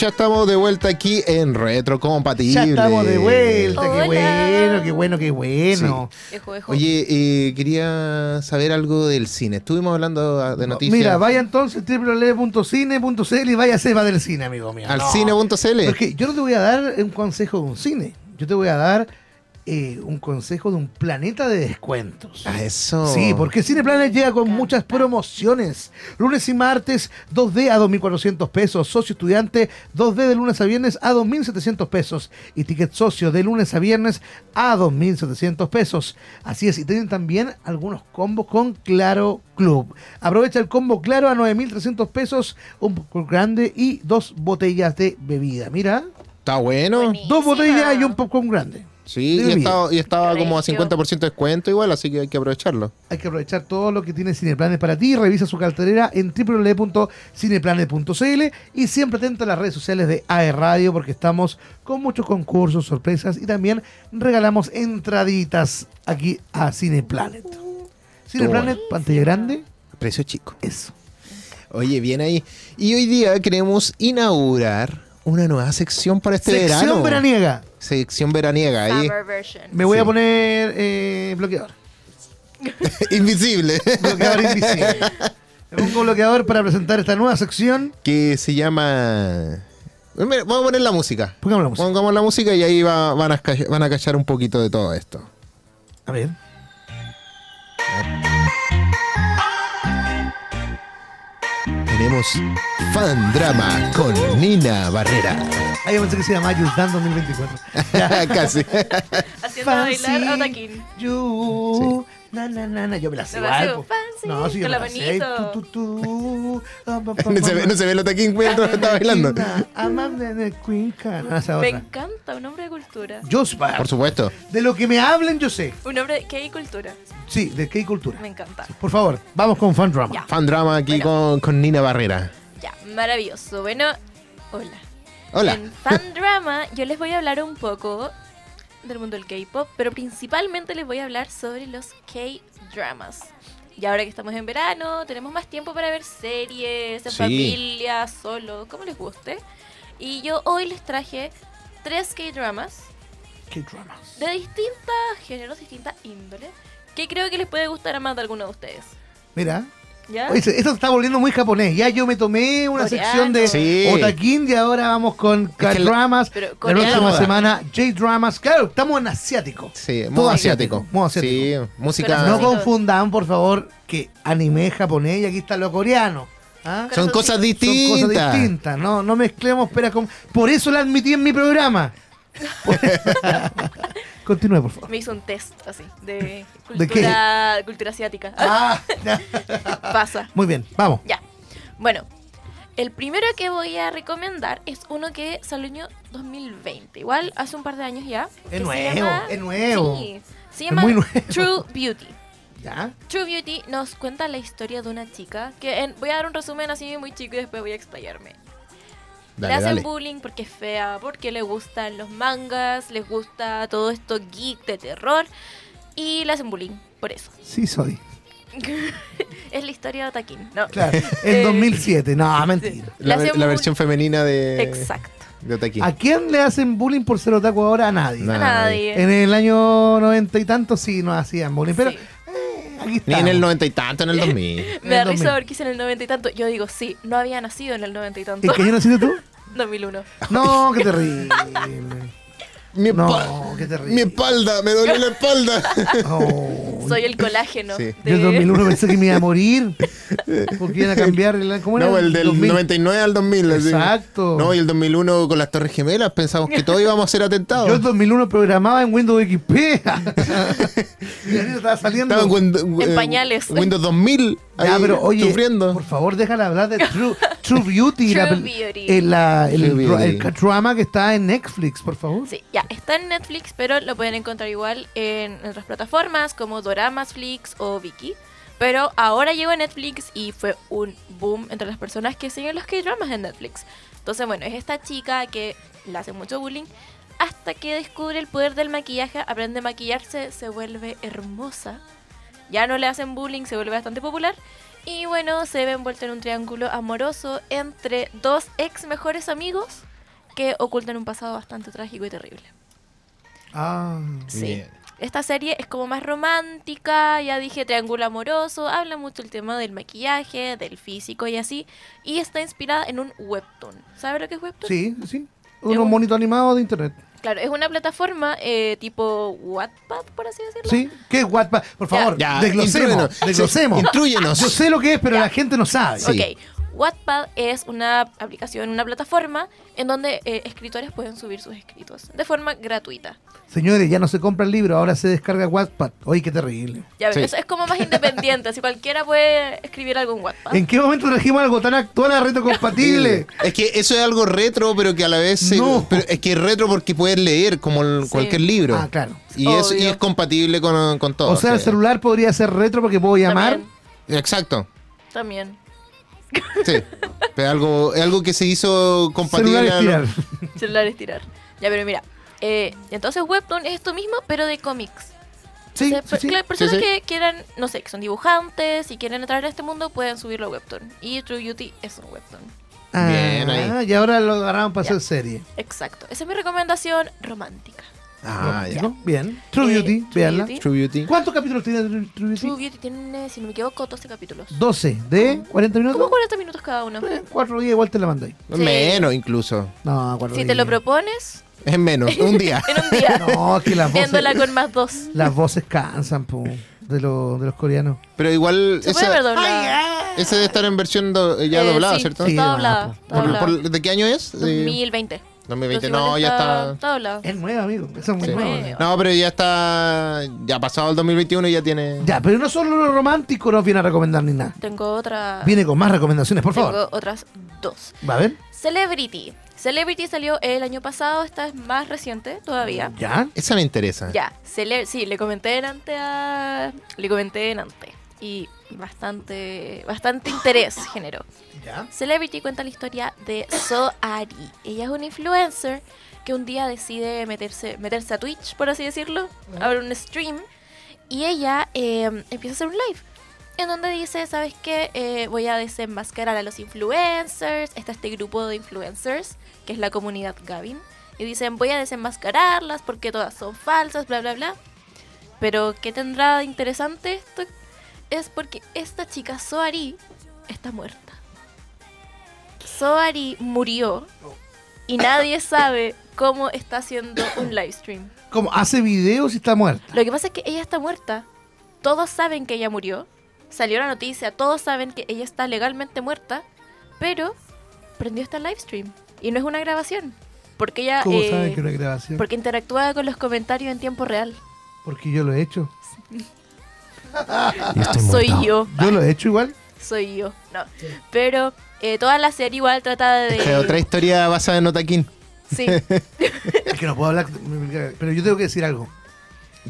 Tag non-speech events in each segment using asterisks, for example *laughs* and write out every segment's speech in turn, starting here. Ya estamos de vuelta aquí en Retrocompatible. Ya estamos de vuelta, Hola. qué bueno, qué bueno, qué bueno. Ejo, ejo. Oye, eh, quería saber algo del cine. Estuvimos hablando ah, de noticias. Mira, vaya entonces www.cine.cl y vaya a Seba del cine, amigo mío. al No. cine.cl. Porque yo no te voy a dar un consejo de un cine, yo te voy a dar eh, un consejo de un planeta de descuentos. Ah, eso. Sí, porque Cineplanet llega con muchas promociones. Lunes y martes, 2D a 2.400 pesos. Socio estudiante, 2D de lunes a viernes a 2.700 pesos. Y ticket socio de lunes a viernes a 2.700 pesos. Así es, y tienen también algunos combos con Claro Club. Aprovecha el combo Claro a 9.300 pesos, un popcorn grande y dos botellas de bebida. Mira, Está bueno. Buenísimo. dos botellas y un popcorn grande. Sí, y Sí, estaba, y estaba como a Regio. 50% de descuento igual, así que hay que aprovecharlo. Hay que aprovechar todo lo que tiene Cineplanet para ti. Revisa su cartelera en www.cineplanet.cl y siempre atento a las redes sociales de AE Radio porque estamos con muchos concursos, sorpresas y también regalamos entraditas aquí a Cineplanet. Cineplanet, pantalla grande, Precio chico. eso. Oye, bien ahí. Y hoy día queremos inaugurar una nueva sección para este verano. Sección veraniega. Sección veraniega. Ahí. Summer version. Me voy a Sí. poner eh, bloqueador. *laughs* *laughs* Invisible. *laughs* Bloqueador invisible. Me pongo bloqueador para presentar esta nueva sección. que se llama... Mira, Vamos a poner la música. Pongamos la música. Pongamos la música y ahí va- van, a, ca- van a callar un poquito de todo esto. A ver. Tenemos Fan Drama con Nina Barrera. *laughs* Ahí pensé que se llama Ayudán 2024. Casi. Haciendo Fancy bailar a Taquín. You. Na, na, na, na. Yo me la sé. Me la sé, igual, po. fancy, No, sí, yo con me la la sé. manito. Tu, tu, *laughs* tu. Ah, pa, pa, no, pa, se ve, pa. no se ve lo taquín mientras está bailando. Linda, I'm a man in Queen Can. Ah, No, Ah, esa Me otra. encanta, un hombre de cultura. Yo sé, Por supuesto. De lo que me hablen, yo sé. Un hombre que hay cultura. Sí, de qué cultura. Me encanta. Por favor, vamos con fan drama. Ya. Fan drama aquí con, con Nina Barrera. Ya, maravilloso. Bueno, hola. Hola. En Fan Drama yo les voy a hablar un poco del mundo del K-pop, pero principalmente les voy a hablar sobre los K-dramas. Y ahora que estamos en verano, tenemos más tiempo para ver series, en Sí. familia, solo, como les guste. Y yo hoy les traje tres K-dramas Qué drama. de distintos géneros, distintas índoles, que creo que les puede gustar a más de alguno de ustedes. Mira. ¿Ya? Oye, esto se está volviendo muy japonés. Ya yo me tomé una ¿Ah? Coreano. sección de Sí. Otakin y ahora vamos con que la- K-dramas. Pero la coreano. próxima Moda. semana, J-dramas. Claro, estamos en asiático. Sí, Todo modo asiático. Modo asiático. Sí, música. Pero No Así todo. confundan, por favor, que anime es japonés y aquí está lo coreano. ¿ah? Son Son cosas Son distintas. cosas distintas, no, no mezclemos peras con... Por eso la admití en mi programa. Por- Continúe, por favor. Me hizo un test así de ¿De qué? cultura, cultura asiática. Ah, ya. *laughs* Pasa. Muy bien, vamos. Ya. Bueno, el primero que voy a recomendar es uno que salió en 2020. Igual hace un par de años ya. que se nuevo, llama- es nuevo. Sí, se llama muy nuevo. True Beauty. Ya. True Beauty nos cuenta la historia de una chica que en- voy a dar un resumen así muy chico y después voy a explayarme. le Dale, hacen dale. bullying porque es fea, porque le gustan los mangas, les gusta todo esto geek de terror y le hacen bullying por eso. Sí soy. es la historia de Taquín, ¿no? Claro, Eh, en 2007. No, mentira. La, ver- Le hacen la bull- versión femenina de, Exacto. de Otaquín. ¿A quién le hacen bullying por ser otaku ahora? A nadie. No. A Nadie. nadie. En el año noventa y tanto sí nos hacían bullying, pero Sí. eh, aquí Ni está. en el noventa y tanto, en el 2000. Me En da el risa 2000. porque hice en el noventa y tanto. Yo digo, sí, no había nacido en el noventa y tanto. ¿En qué *laughs* año naciste tú? 2001. No, qué terrible. Mi, No, espa- qué terrible. mi espalda, me dolió la *laughs* espalda. Oh. Soy el colágeno. Sí. Yo en 2001 pensé que me iba a *laughs* morir. Porque iban a cambiar. el- ¿Cómo era? No, el del 2000. 99 al 2000. así. Exacto. No, y el 2001 con las Torres Gemelas pensamos que todos íbamos a ser atentados. Yo en 2001 programaba en Windows XP. *laughs* *laughs* Mi amigo estaba saliendo. Estaba en, Win- En eh, pañales. Windows 2000 Ya, ahí pero oye, sufriendo. por favor, déjala hablar de True, *laughs* True Beauty, True la pel- Beauty. el- la- el, True Beauty. el drama que está en Netflix, por favor. Sí, ya, está en Netflix, pero lo pueden encontrar igual en otras plataformas como Doramas Flix o Viki. Pero ahora llegó a Netflix y fue un boom entre las personas que siguen los K-dramas en Netflix. Entonces, bueno, es esta chica que le hace mucho bullying hasta que descubre el poder del maquillaje, aprende a maquillarse, se vuelve hermosa. Ya no le hacen bullying, se vuelve bastante popular Y bueno, se ve envuelto en un triángulo amoroso entre dos ex mejores amigos que ocultan un pasado bastante trágico y terrible. Ah. Sí. Bien. Esta serie es como más romántica, ya dije triángulo amoroso, habla mucho el tema del maquillaje, del físico y así, y está inspirada en un webtoon. ¿Sabe lo que es webtoon? Sí, sí. Unos un- monitos animados de internet. Claro, es una plataforma eh, tipo Wattpad, por así decirlo. Sí. ¿Qué es Wattpad? Por favor, Ya, desglosemos. intrúyenos. Sí, Desglosemos. intrúyenos. Yo sé lo que es, pero la gente no sabe. Sí. Ok, Wattpad es una aplicación, una plataforma en donde eh, escritores pueden subir sus escritos de forma gratuita. Señores, ya no se compra el libro, ahora se descarga Wattpad. Oye, qué terrible. Ya ves, Sí. eso es como más independiente, así cualquiera puede escribir algo en Wattpad. ¿En qué momento trajimos algo tan actual a *laughs* reto compatible? Es que eso es algo retro, pero que a la vez se- No. pero es que es retro porque puedes leer como el- Sí. cualquier libro. Ah, claro. Y es, y Obvio. es compatible con, con todo. O sea, el Sí. celular podría ser retro porque puedo llamar. También, Exacto. también. Sí. Pero algo, es algo que se hizo compatible. Celular es a lo- tirar. Celular estirar. Ya, pero mira. eh, entonces Webtoon es esto mismo, pero de cómics. *laughs* Sí, O sea, sí, per- sí. claro, personas sí. que quieran, no sé, que son dibujantes y quieren entrar en este mundo, pueden subirlo a Webtoon. Y True Beauty es un Webtoon. Ah, Bien ahí. Y ahora lo agarraron para Ya. hacer serie. Exacto. Esa es mi recomendación romántica. Ah, ya. ¿No? Bien. True Eh, Beauty, True veanla. Beauty. True Beauty. ¿Cuántos capítulos tiene True, True Beauty? True Beauty tiene, si no me equivoco, 12 capítulos. 12 de 40 Como minutos. 40 minutos cada uno. 4 días igual te la mando ahí. Sí. Menos incluso. No, 4 Si te lo propones, Es menos. Un día. en un día, No, que *laughs* las voces, viéndola con más dos. las voces cansan, po, de, lo- de los coreanos. *laughs* Pero igual. Se puede ver Esa, doblada. ese debe estar en versión do- ya Eh, doblada, sí, ¿cierto? Sí, Está doblada, doblada. po. está Por- doblada. por- ¿De qué año es? De- 2020. 2020. Entonces, No, igual ya está. Está doblada. Es nueva, amigo. Eso es muy Sí. nueva. No, pero ya está. Ya ha pasado el 2021 y ya tiene. Ya, pero no solo lo romántico nos viene a recomendar ni nada. Tengo otra. Viene con más recomendaciones, por favor. Ah. Tengo otras dos. Va a ver. Celebrity. Celebrity salió el año pasado, esta es más reciente todavía. Mm, Ya. Esa me interesa. Ya, cele- sí, le comenté delante a. Le comenté delante. Y bastante. Bastante interés generó. Ya. Celebrity cuenta la historia de So Ari. Ella es una influencer que un día decide meterse, meterse a Twitch, por así decirlo, abre un stream y ella eh, empieza a hacer un live en donde dice, ¿sabes qué? Eh, voy a desenmascarar a los influencers, está este grupo de influencers, que es la comunidad Gavin, y dicen, voy a desenmascararlas porque todas son falsas, bla, bla, bla. Pero, ¿qué tendrá de interesante esto? Es porque esta chica, Soari, está muerta. Soari murió y nadie sabe cómo está haciendo un live stream. Como hace videos y está muerta. Lo que pasa es que ella está muerta. Todos saben que ella murió. Salió la noticia, todos saben que ella está legalmente muerta, pero prendió esta live stream y no es una grabación, porque ella ¿Cómo eh, saben que no es grabación? porque interactúa con los comentarios en tiempo real. Porque yo lo he hecho. Soy yo, Yo lo he hecho igual. soy yo. No, pero eh, toda la serie igual trata de Esta es otra historia basada en Otaquín. sí, Es que no puedo hablar. Pero yo tengo que decir algo.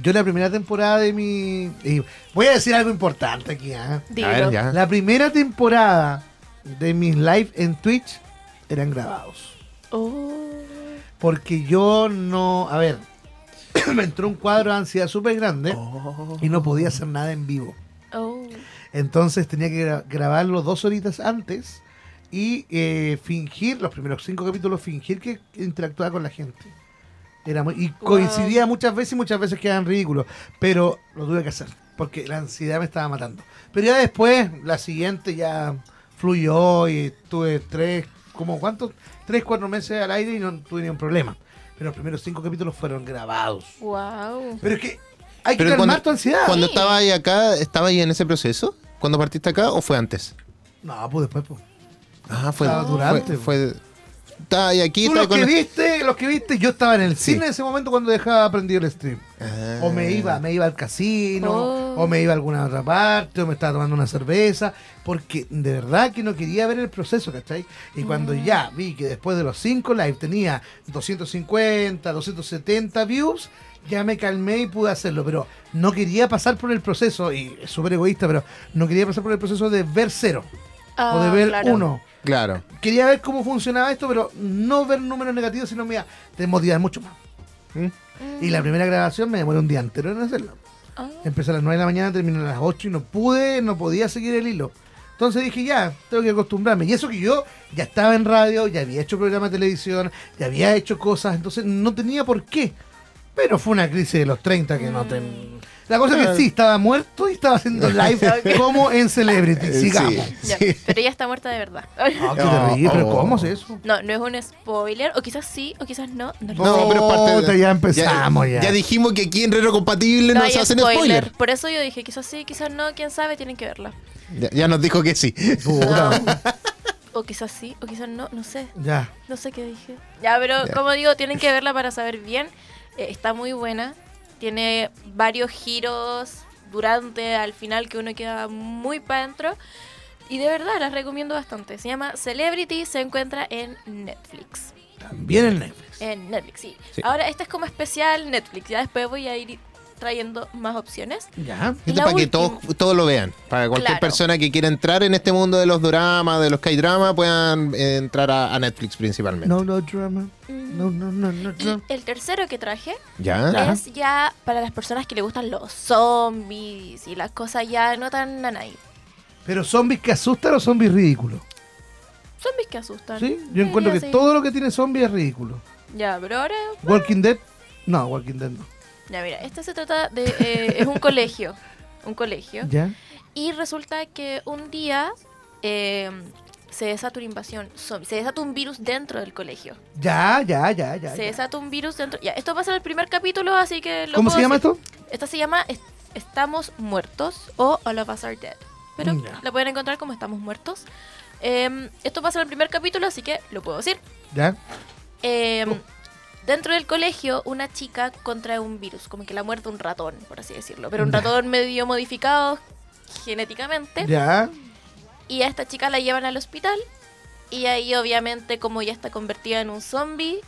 Yo la primera temporada de mi... y Voy a decir algo importante aquí, ¿ah? dilo. A ver, ya. La primera temporada de mis live en Twitch eran grabados. Oh. Porque yo no. A ver, *clears throat* me entró un cuadro de ansiedad súper grande y no podía hacer nada en vivo. Oh. Entonces tenía que gra- grabarlo dos horitas antes y eh, fingir, los primeros cinco capítulos, fingir que interactuaba con la gente. Era muy- y coincidía muchas veces y muchas veces quedaban ridículos. Pero lo tuve que hacer porque la ansiedad me estaba matando. Pero ya después, la siguiente ya fluyó y tuve tres, como cuántos? Tres, cuatro meses al aire y no tuve ningún problema. Pero los primeros cinco capítulos fueron grabados. Wow. Pero es que hay que Pero calmar cuando- tu ansiedad. Cuando estaba ahí acá, ¿estaba ahí en ese proceso? ¿Cuando partiste acá o fue antes? No, pues después, pues. Ah, fue Estaba durante. Fue, fue- estaba ahí aquí, Tú estaba los que con- viste, los que viste, yo estaba en el Sí. cine en ese momento cuando dejaba prendido el stream. Ah. O me iba, me iba al casino, Oh. o me iba a alguna otra parte, o me estaba tomando una cerveza, porque de verdad que no quería ver el proceso, ¿cachai? Y cuando Mm. ya vi que después de los 5 live tenía 250, 270 views, ya me calmé y pude hacerlo, pero no quería pasar por el proceso, y es súper egoísta, pero no quería pasar por el proceso de ver cero, o de Ah, ver claro. uno Claro. quería ver cómo funcionaba esto, pero no ver números negativos, sino me iba a desmotivar mucho más. ¿Mm? Y la primera grabación me demoré un día entero en hacerla. *laughs* Ah. Empecé a las 9 de la mañana, terminé a las 8 y no pude, no podía seguir el hilo. Entonces dije, ya, tengo que acostumbrarme. Y eso que yo ya estaba en radio, ya había hecho programas de televisión, ya había hecho cosas, entonces no tenía por qué. Pero fue una crisis de los 30 que no ten... La cosa es que sí, estaba muerto y estaba haciendo live como en Celebrity, Sí. sigamos. Ya, Sí. Pero ella está muerta de verdad. Ah, qué No. terrible, pero ¿cómo es eso? *laughs* No, no es un spoiler. O quizás sí, o quizás no. No, lo No, sé. pero es parte Puta, de, ya empezamos ya. Ya dijimos que aquí en Rero Compatible no, hay se hacen spoiler. Por eso yo dije, quizás sí, quizás no. Quién sabe, tienen que verla. Ah. Ya, ya nos dijo que sí. Puta. O quizás sí, o quizás no. No sé. Ya. No sé qué dije. Ya, pero Ya. como digo, tienen que verla para saber bien. Eh, está muy buena. Tiene varios giros durante, al final, que uno queda muy para adentro. Y de verdad, las recomiendo bastante. Se llama Celebrity, se encuentra en Netflix. También en Netflix. En Netflix, sí. Sí. Ahora, esta es como especial Netflix. Ya después voy a ir trayendo más opciones. Ya. Esto La para que última. todos, todos lo vean. Para cualquier Claro. persona que quiera entrar en este mundo de los dramas, de los K-dramas, puedan eh, entrar a, a Netflix principalmente. No, no drama. Mm. No, no, no, no Y drama. el tercero que traje ¿Ya? es ya para las personas que le gustan los zombies y las cosas ya no tan nanay. Pero zombies que asustan o zombies ridículos. Zombies que asustan. ¿Sí? Yo encuentro ya que sí. todo lo que tiene zombies es ridículo. Ya, pero ahora. Walking Dead. No, Walking Dead no. Ya, mira, este se trata de. eh, es un colegio. Un colegio. Ya. Y resulta que un día eh, se desata una invasión zombie. Se desata un virus dentro del colegio. Ya, ya, ya, ya. se ya. desata un virus dentro. Ya, esto pasa en el primer capítulo, así que. Lo ¿Cómo puedo se llama decir. esto? Esta se llama Est- Estamos Muertos o All of Us Are Dead. Pero Ya. la pueden encontrar como Estamos Muertos. Em, esto pasa en el primer capítulo, así que lo puedo decir. Ya. Em, Dentro del colegio, una chica contrae un virus, como que la muerde un ratón, por así decirlo. Pero un Ya. ratón medio modificado genéticamente. Ya. Y a esta chica la llevan al hospital. Y ahí, obviamente, como ya está convertida en un zombie,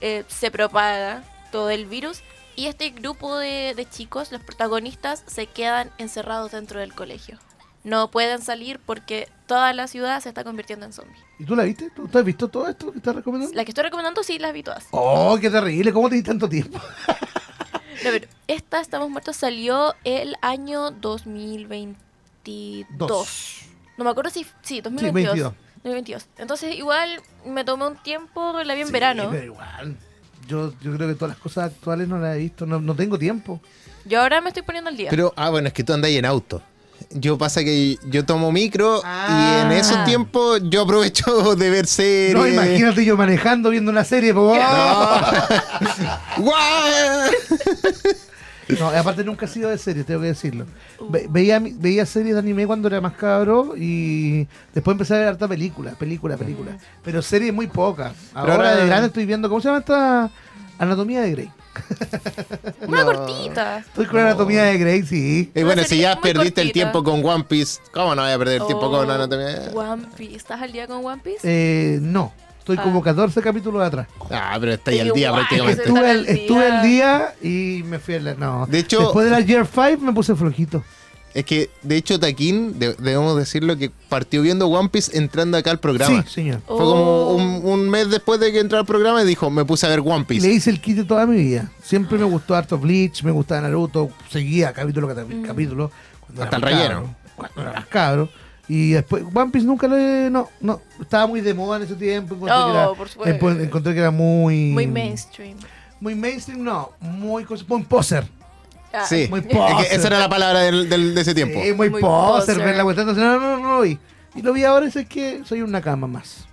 eh, se propaga todo el virus. Y este grupo de, de chicos, los protagonistas, se quedan encerrados dentro del colegio. No pueden salir porque toda la ciudad se está convirtiendo en zombie. ¿Y tú la viste? ¿Tú, tú has visto todo esto que estás recomendando? La que estoy recomendando, sí, las vi todas. Oh, qué terrible. ¿Cómo te di tanto tiempo? No, pero esta, Estamos Muertos, salió el año 2022. No me acuerdo si... Sí, 2022. 22. 2022. Entonces, igual me tomé un tiempo, la vi en Sí, verano. Pero igual. Yo, yo creo que todas las cosas actuales no las he visto. No, no tengo tiempo. Yo ahora me estoy poniendo al día. Pero, ah, bueno, es que tú andas ahí en auto. Yo pasa que yo tomo micro Ah. y en esos tiempos yo aprovecho de ver series. No, imagínate yo manejando viendo una serie. *laughs* po. *laughs* ¡Guau! No, aparte nunca he sido de series, tengo que decirlo. Ve- veía, mi- veía series de anime cuando era más cabro y después empecé a ver harta películas, películas, películas. Pero series muy pocas. Ahora, ahora- de grande estoy viendo, ¿cómo se llama esta? Anatomía de Grey. Una No. cortita. Estoy con Anatomía de Grey, sí. Y bueno, Una si serie ya muy perdiste el cortita. tiempo con One Piece, ¿cómo no voy a perder el tiempo con Oh, Anatomía? One Piece. ¿Estás al día con One Piece? Eh, no, estoy como Ah. 14 capítulos atrás. Ah, pero está ahí al día Igual, prácticamente. *laughs* Estoy Estuve al al, estuve día. al día y me fui a la... No, De hecho- después de la Year 5 me puse flojito. Es que, de hecho, Taquín, de- debemos decirlo, que partió viendo One Piece entrando acá al programa. Sí, señor. Fue como Oh, un, un mes después de que entró al programa y dijo, me puse a ver One Le Piece. hice el kit de toda mi vida. Siempre me gustó harto Bleach, me gustaba Naruto, seguía capítulo a Mm. capi- capítulo. Cuando Hasta era el más relleno. cabro, cuando era más cabro. Y después, One Piece nunca le. No, no. Estaba muy de moda en ese tiempo. Encontré, No, que, era, Oh, por supuesto. empo- encontré que era muy. Muy Mm. mainstream. Muy mainstream, no. Muy, cos- muy poser. Ah, Sí, Muy Es que esa era la palabra del- del- de ese tiempo. Sí, muy, Muy poser. poser. Ver la cuestión. entonces, No, no, no, no lo vi. Y lo vi ahora, es que soy una cama más.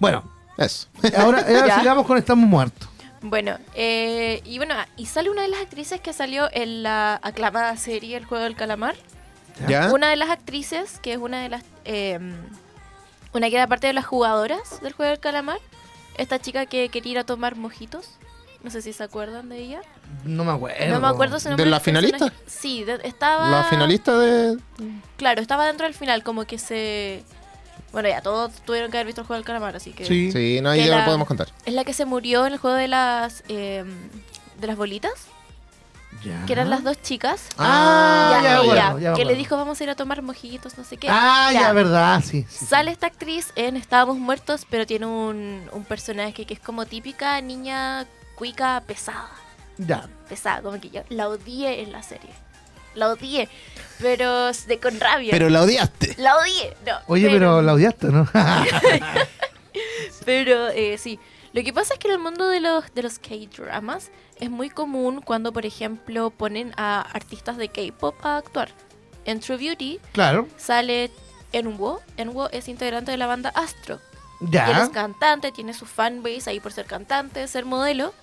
Bueno, *laughs* Eso. ahora, ahora Ya. sigamos con Estamos Muertos. Bueno, eh, y bueno, ah, y sale una de las actrices que salió en la aclamada serie El Juego del Calamar. ¿Ya? Una de las actrices, que es una de las... eh, una que era parte de las jugadoras del Juego del Calamar. Esta chica que quería ir a tomar mojitos. No sé si se acuerdan de ella. No me acuerdo. No me acuerdo su ¿De nombre. la del personaje. finalista? Sí, de- estaba... La finalista de... Claro, estaba dentro del final, como que se... Bueno, ya todos tuvieron que haber visto el juego del calamar, así que... Sí. Sí, no, ahí De ya la- lo podemos contar. Es la que se murió en el juego de las... eh, de las bolitas, Ya. que eran las dos chicas. Ah, ya, ella, me acuerdo, ya me que le acuerdo. dijo, vamos a ir a tomar mojitos, no sé qué. Ah, ya, verdad, sí. sí, sí. Sale esta actriz en Estábamos Muertos, pero tiene un, un personaje que es como típica niña cuica pesada. Ya. Pesada, como que yo la odié en la serie. la odié, pero s- de, con rabia. Pero la odiaste. la odié. No, Oye, pero la odiaste, ¿no? *laughs* Pero eh, sí, lo que pasa es que en el mundo de los, de los K-dramas es muy común cuando, por ejemplo, ponen a artistas de K-pop a actuar. En True Beauty claro, sale Enwo. Enwo es integrante de la banda Astro. Y él ya. es cantante, tiene su fanbase ahí por ser cantante, ser modelo.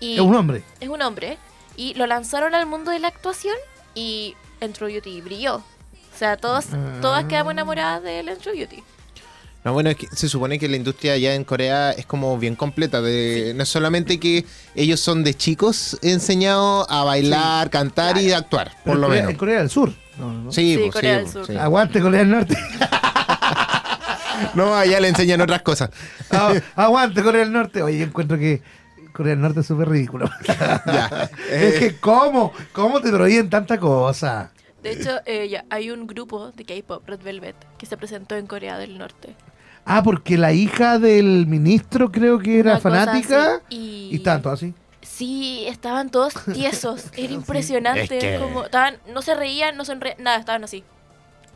Y Es un hombre. es un hombre. Y lo lanzaron al mundo de la actuación y en True Beauty brilló. O sea, todos, todas Ah. quedamos enamoradas de él en True Beauty. No, bueno, es que se supone que la industria allá en Corea es como bien completa. De, No es solamente que ellos son de chicos enseñados a bailar, cantar y actuar, por Pero lo en Corea- menos. En Corea del Sur. No, no, Ah, no. Sí, Sí, pues, Corea sí, pues, del Sur. sí. Aguante Corea *laughs* del Norte. No, allá le enseñan otras *laughs* cosas. Ah, Aguante Corea del Norte. Oye, yo encuentro que Corea del Norte es súper ridículo. *laughs* Ya. Eh, es que, ¿cómo? ¿Cómo te prohíben tanta cosa? De hecho, eh, ya, hay un grupo de K-pop, Red Velvet, que se presentó en Corea del Norte. Ah, porque la hija del ministro creo que era Una cosa fanática. así, y... Y tanto, así. Sí, *laughs* estaban todos tiesos. Era impresionante. Es que- como, estaban, no se reían, no sonreían, nada, estaban así.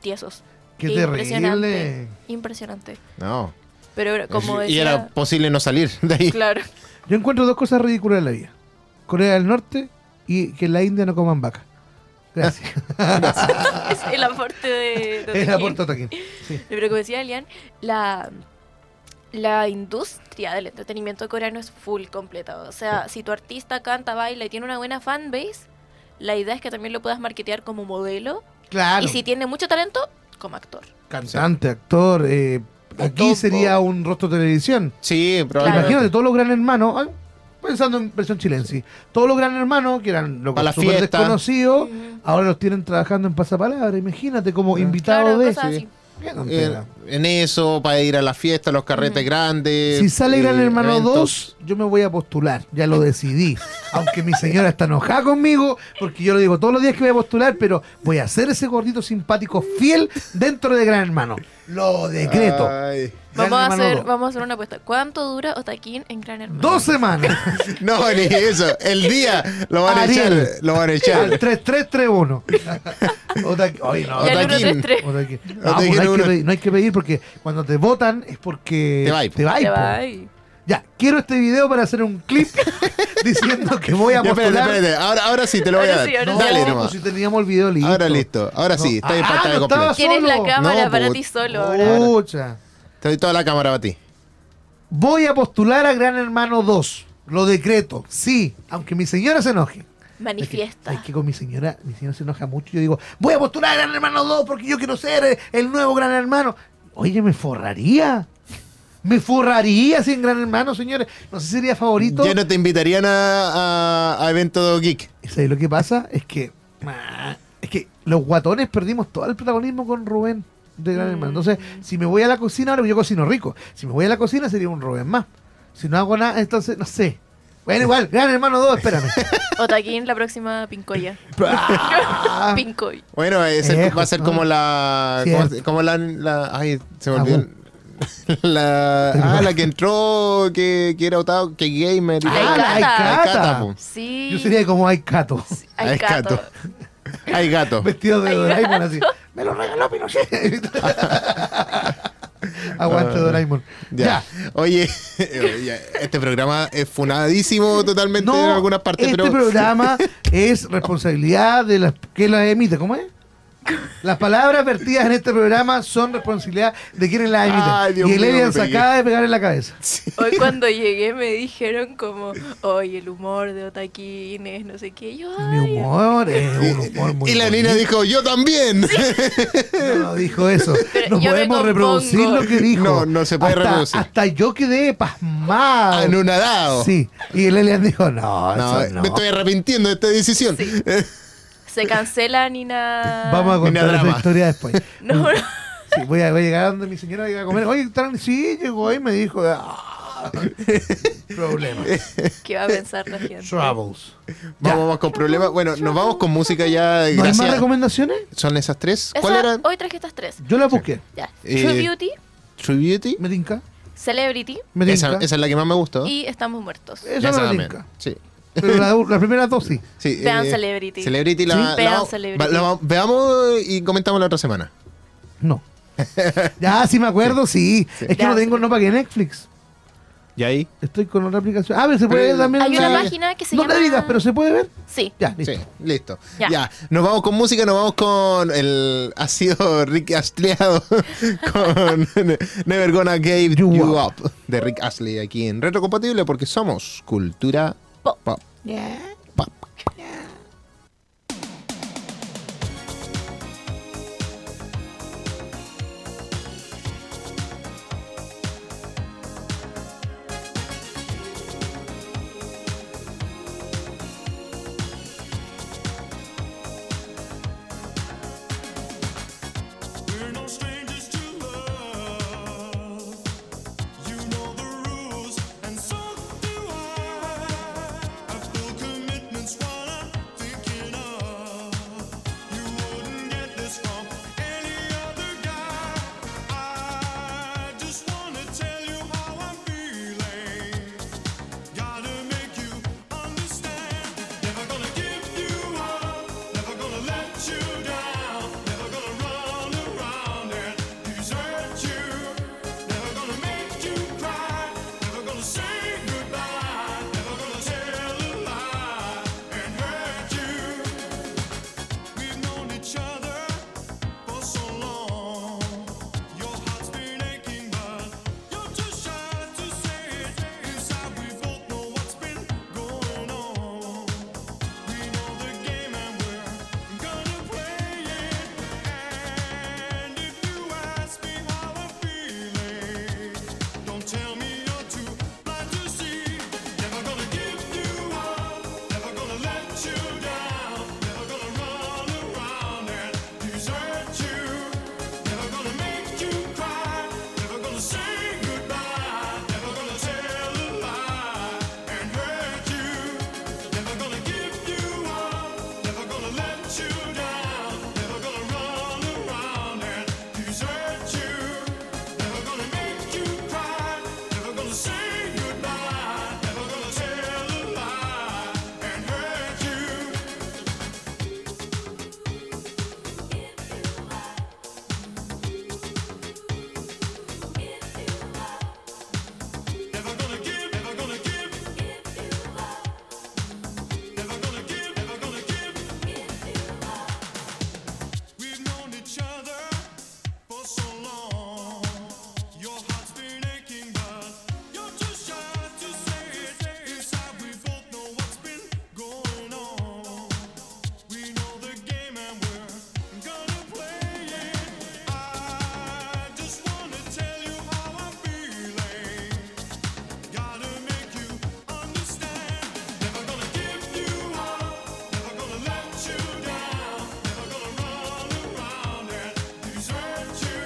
Tiesos. Qué Impresionante. terrible. Impresionante. No. Pero era- como y decía... era *laughs* posible no salir de ahí. Claro. Yo encuentro dos cosas ridículas en la vida. Corea del Norte y que en la India no coman vaca. *laughs* Gracias. Es el aporte de... de Es Tejín. la puerta Toquín. Sí. Pero como decía Elian, la, la industria del entretenimiento coreano es full completa. O sea, si tu artista canta, baila y tiene una buena fanbase, la idea es que también lo puedas marketear como modelo. Ah, Claro. Y si tiene mucho talento, como actor. Cantante, actor. eh, aquí Topo. sería un rostro de televisión. Sí, Claro. probablemente. Imagínate, todos los gran hermanos. ay, Pensando en versión chilense. Todos los gran hermanos que eran los Pa' la super fiesta. desconocidos. Ujú. Ahora los tienen trabajando en pasapalabra. Imagínate como invitado Claro, de cosas sí. así. Qué En, tontera. en eso, para ir a las fiestas, los carretes grandes. Si sale eh, Gran Hermano eventos. 2, yo me voy a postular, ya lo decidí. Aunque mi señora está enojada conmigo, porque yo le digo todos los días que voy a postular, pero voy a ser ese gordito simpático fiel dentro de Gran Hermano. Lo decreto. Ay. Gran Vamos a, Hermano hacer, dos. vamos a hacer una apuesta. ¿Cuánto dura Otaquín en Gran Hermano? *laughs* Dos semanas No, ni eso. El día lo van a Ariel. echar. Lo van a al echar. *laughs* 3331. Otra- Oye, no, Y al otra- Otaquín. 1-3-3. otra que- no, Otra pues, que no hay no, que no. pedir- no hay que pedir porque cuando te votan es porque Te va, po. va, Te po. va ahí. Ya, quiero este video para hacer un *laughs* clip diciendo que voy a Ya, postular. espérate, espérate. Ahora, ahora sí, te lo voy Ahora a dar. sí, ahora No, sí. Dale pues nomás. si teníamos el video listo. Ahora listo. Ahora sí, No. está en Ah, pantalla no completa. estabas- Tienes la Solo. cámara No, para po. ti solo ahora. Pucha. Te doy toda la cámara para ti. Voy a postular a Gran Hermano 2. Lo decreto. Sí, aunque mi señora se enoje. Manifiesta. Es que, es que con mi señora, mi señora se enoja mucho. Yo digo, voy a postular a Gran Hermano 2 porque yo quiero ser eh, el nuevo Gran Hermano. Oye, me forraría. Me forraría sin Gran Hermano, señores. No sé si sería favorito. Ya no te invitarían a, a, a evento geek. ¿Y sabes lo que pasa? Es que. ah, Es que los guatones perdimos todo el protagonismo con Rubén de Gran Mm. Hermano. Entonces, si me voy a la cocina, ahora yo cocino rico. Si me voy a la cocina, sería un Rubén más. Si no hago nada, entonces, no sé. Bueno, igual, Gran Hermano *laughs* 2, espérame. Otaquín, la próxima Pincoya. Ah, Pincoy. Bueno, es el- Lejos, va a ser ¿no? como la. Cierto. Como, como la, la- Ay, se me Ah, olvidó. bueno. *laughs* La, ah, la que entró, que, que era otado, que gamer. y Ah, tal. la Aikata. Aikata, po. Sí. yo sería *laughs* como Aikato, Ay, *laughs* Ay, gato. gato. Ay, gato. vestido de Doraemon así. Me lo regaló *laughs* Pinochet. Aguante Doraemon. Ah, Ya. *laughs* Ya. Oye, *laughs* ya, este programa es funadísimo totalmente en algunas partes, este pero. *laughs* programa es responsabilidad de las que las emite, ¿cómo es? Las palabras vertidas en este programa son responsabilidad de quienes las emiten. Ay, Dios y el mío, Elian me se pegué. acaba de pegar en la cabeza. Hoy cuando llegué me dijeron como, oye, el humor de Otaquín es no sé qué. Y yo, Mi ay, humor es un humor muy y la bonito. nina dijo, yo también. No dijo eso. *laughs* Pero No yo me podemos compongo. reproducir lo que dijo. No, no se puede Hasta- reproducir. Hasta yo quedé pasmado. Anonadado. Sí. Y el Elian dijo, no, No, eh, eso no. me estoy arrepintiendo de esta decisión. Eh, se cancela Nina. Vamos a Ni contar esa drama. *laughs* historia después. *laughs* No, no. Sí, voy, a, voy a llegar donde mi señora llega a comer. Oye, ¿están? sí, llegó y me dijo. ah, *laughs* Problemas. ¿Qué va a pensar la gente? Troubles. Vamos más con problemas. Bueno, nos vamos con música ya. ¿No hay más Gracias. recomendaciones? ¿Son esas tres? Esa- ¿Cuál eran? Hoy traje estas tres. Yo las busqué. Ya. Eh, True Beauty, True Beauty. Me tinca. Celebrity Me tinca. Esa, esa es la que más me gustó. y Estamos Muertos. Esa Ya me saben. tinca. Sí. Pero la, la primera dosis. Sí, eh, Vean Celebrity. Celebrity la, Sí, la- vean va- Celebrity. la va- veamos y comentamos la otra semana. *laughs* No. ya, sí me acuerdo, sí. Es que Ya. no tengo, no pagué Netflix. ¿Y ahí? Estoy con otra aplicación. Ah, pero se puede Pero- ver también. Hay en una la- página que se No llama. te digas, pero se puede ver. Sí. Ya, listo. Sí, listo. Ya. Ya. Nos vamos con música, nos vamos con el. Ha sido *laughs* Rick Astleado con *laughs* Never Gonna Give You, You up. de Rick Astley aquí en Retrocompatible porque somos cultura Pop. pop. Pop. We're no strangers to love. You know the rules, and so do I. I feel commitment's what I'm thinking of. You wouldn't get this from any other guy. I just wanna tell you how I'm feeling. Gotta make you understand. Never gonna give you up. Never gonna let you down. Never gonna run around and desert you. Never gonna make you cry. Never gonna say goodbye. Never gonna tell a lie and hurt you. We've known each other for so long. Your heart's been aching, but you're too shy to say it. Inside, we both know what's been going on. We know the game and we're gonna play it. And if you ask me how I'm feeling, don't tell me you're too blind to see. Never gonna give you up. Never gonna let you down. Never gonna run around and desert you. Never gonna make you cry. Never gonna say goodbye. Never gonna tell a lie and hurt you. Never gonna give you up, never gonna let you down, never gonna run around and desert you, never gonna make you cry, never gonna say goodbye, never gonna tell a lie and hurt you. Never gonna give, never gonna give. Never gonna give, never gonna give. We've known each other for so long. Your heart's been aching, but you're too shy to say it. Inside, we both know what's been going on. We know the game and we're gonna play it. I just wanna tell you how I'm feeling. Gotta make you understand. Never gonna give you up. Never gonna let you down. Never gonna run around and desert you.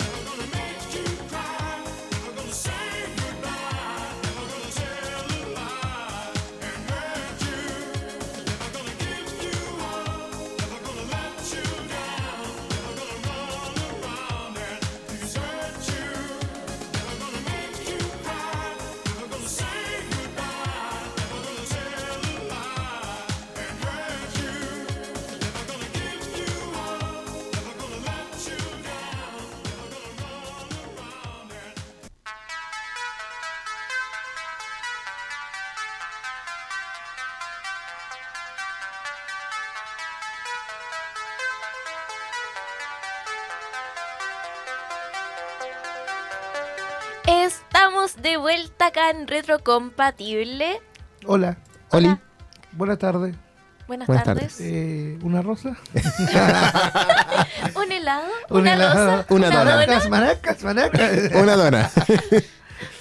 Never gonna make you cry. Never gonna say goodbye. Never gonna tell a lie and hurt you. Never gonna give you up. Never gonna let you down. Never gonna run around and desert you. Never gonna make you cry. Never gonna say goodbye. Never gonna tell a lie and hurt you. Never gonna give you up. Never gonna let you down. Never gonna run around and Estamos de vuelta acá en Retrocompatible. Hola. Oli. Hola. Buenas tardes. Buenas, Buenas tardes. Eh, ¿Una rosa? ¿Un helado? Un *laughs* ¿Una helado, *laughs* rosa? una dona. dona? Maracas, maracas, maracas. Una *laughs* dona.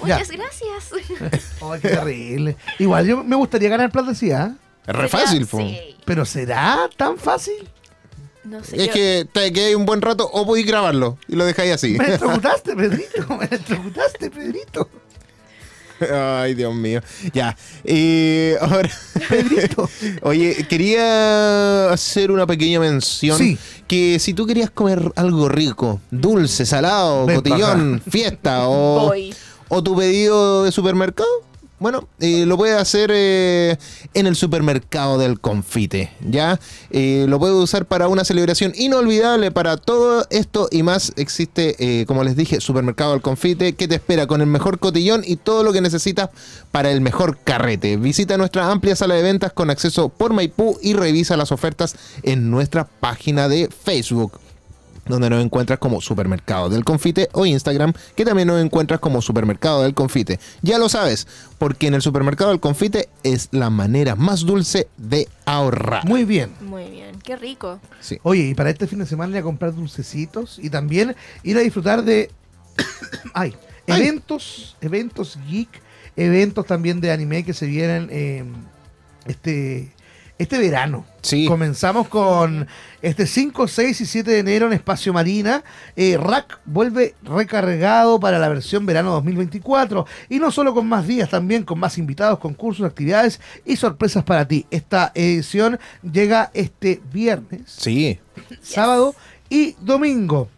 Muchas gracias. Ay, qué terrible. Igual yo me gustaría ganar plata, sí, ¿ah? Re fácil, po. Sí. Pero ¿será tan fácil? No sé. Es yo- que te quedáis un buen rato o podéis grabarlo y lo dejáis *laughs* así. Me electrocutaste, Pedrito. Me electrocutaste, Pedrito. Ay, Dios mío. Ya. Y ahora. *laughs* Pedrito. Oye, quería hacer una pequeña mención. Sí. Que si tú querías comer algo rico, dulce, salado, Ven cotillón, fiesta o, Voy. o tu pedido de supermercado, Bueno, eh, lo puede hacer eh, en el supermercado del confite, ¿ya? Eh, lo puede usar para una celebración inolvidable para todo esto y más. Existe, eh, como les dije, supermercado del confite que te espera con el mejor cotillón y todo lo que necesitas para el mejor carrete. Visita nuestra amplia sala de ventas con acceso por Maipú y revisa las ofertas en nuestra página de Facebook donde nos encuentras como Supermercado del Confite o Instagram, que también nos encuentras como Supermercado del Confite. Ya lo sabes, porque en el Supermercado del Confite es la manera más dulce de ahorrar. Muy bien. Muy bien, qué rico. Sí. Oye, y para este fin de semana ir a comprar dulcecitos y también ir a disfrutar de *coughs* ay, Ay. eventos, eventos geek, eventos también de anime que se vienen eh, este este verano. Sí. Comenzamos con este 5, 6 y 7 de enero en Espacio Marina. Eh, Rack vuelve recargado para la versión verano 2024. Y no solo con más días, también con más invitados, concursos, actividades y sorpresas para ti. Esta edición llega este viernes Sí. sábado y domingo.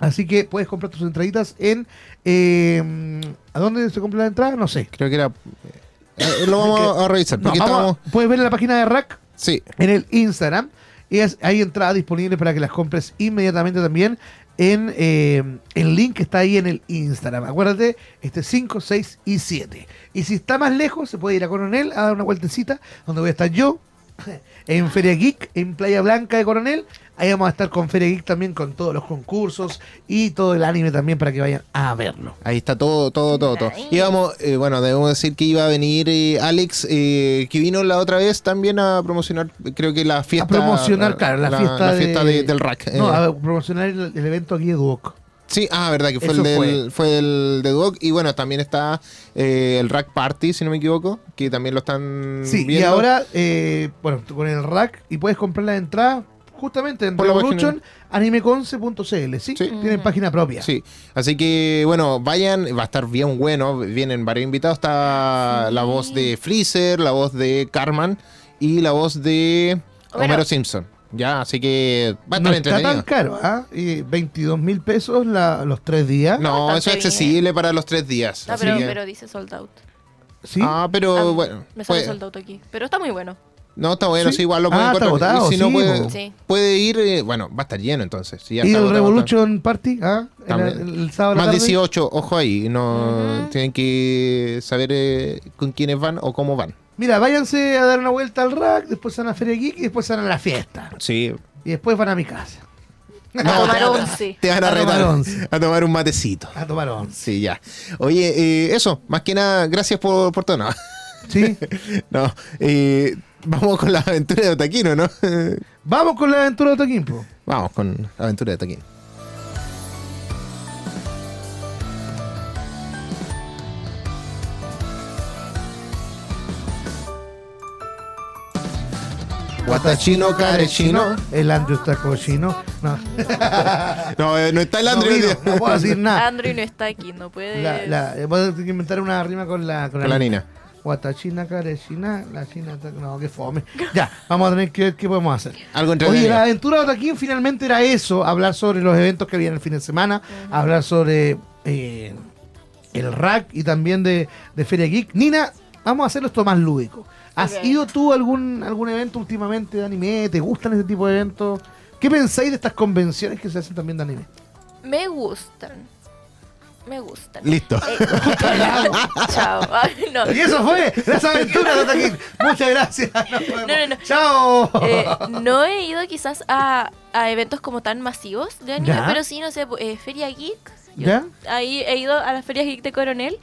Así que puedes comprar tus entraditas en... eh, ¿A dónde se compra la entrada? No sé. creo que era... eh, *laughs* lo vamos a- a revisar, No, porque vamos a- estamos... Puedes ver en la página de Rack, Sí, en el Instagram. Y es- hay entradas disponibles para que las compres inmediatamente también en eh, el link que está ahí en el Instagram. Acuérdate, este 5, 6 y 7. Y si está más lejos, se puede ir a Coronel a dar una vueltecita, donde voy a estar yo, *laughs* en Feria Geek, en Playa Blanca de Coronel. Ahí vamos a estar con Feria Geek también, con todos los concursos y todo el anime también para que vayan a verlo. Ahí está todo, todo, todo, todo. Nice. Íbamos, eh, bueno, debemos decir que iba a venir eh, Alex, eh, que vino la otra vez también a promocionar, creo que la fiesta. a promocionar, claro, la, fiesta, la de- de- del rack. No, eh. a promocionar el, el evento aquí de Duoc. Sí, ah, verdad, que fue el, Eso del, fue. fue. el de Duoc. Y bueno, también está eh, el Rack Party, si no me equivoco, que también lo están Sí, y viendo. ahora, eh, bueno, tú con el rack y puedes comprar la entrada justamente en Por la Revolution animeconce.cl, ¿sí? Sí. Tienen página propia. Sí, así que bueno, vayan, va a estar bien bueno, vienen varios invitados, está la voz de Freezer, la voz de Carman y la voz de Homero. Homero Simpson. Ya, así que va a estar No está entretenido. tan caro, ¿ah? Y 22 mil pesos la- los tres días. no, eso Bastante es accesible para los tres días. No, así Ah, pero, que- pero dice sold out. ¿sí? Ah, pero Ah, bueno. Me sale pues, sold out aquí. Pero está *laughs* muy bueno. no, está bueno, Sí. sí, igual lo Ah, pueden está encontrar. agotado, y si no sí, puede, po. Sí. puede ir, eh, bueno, va a estar lleno entonces. si ya y está el agotado, Revolution Party, ¿ah? El, También. el sábado a la Más tarde. 18, ojo ahí, no Ujú. tienen que saber eh, con quiénes van o cómo van. Mira, váyanse a dar una vuelta al rack, después van a Feria Geek y después van a la fiesta. *laughs* Sí. Y después van a mi casa. A No, tomar te van a- once. Te van a, A tomar retar once. a tomar un matecito. A tomar once. Sí, ya. Oye, eh, eso, más que nada, gracias por, por todo. No, *laughs* ¿Sí? no, eh, vamos con la aventura de Otaquino, ¿no? *laughs* Vamos con la aventura de Toquimpo. vamos con la aventura de Otaquino. Guatachino, carechino. El Andrew está cochino. No, No, eh, no está el Andrew. no, hoy vino, día. *laughs* no puedo decir nada. Andrew no está aquí, no puede. La, la, eh, voy a tener que inventar una rima con la, con Con la nina. Guatachina, carechina, la china. ta- No, qué fome. Ya, vamos a tener que ver qué podemos hacer. Algo Oye, entretenido. la aventura de Otaquín finalmente era eso: hablar sobre los eventos que habían el fin de semana, hablar sobre eh, el rack y también de, de Feria Geek. Nina, vamos a hacerlo esto más lúdico. ¿Has Ok. ido tú a algún, algún evento últimamente de anime? ¿Te gustan este tipo de eventos? ¿Qué pensáis de estas convenciones que se hacen también de anime? Me gustan. Me *laughs* gustan. Listo. Eh, *laughs* *laughs* Chao. Ay, no. Y eso fue las aventuras de Otaquín. Muchas gracias. *laughs* Nos vemos. No, no, no. Chao. *laughs* Eh, no he ido quizás a, a eventos como tan masivos de anime, Ya. pero sí, no sé, eh, Feria Geek. Yo ¿Ya? Ahí he ido a las ferias Geek de Coronel.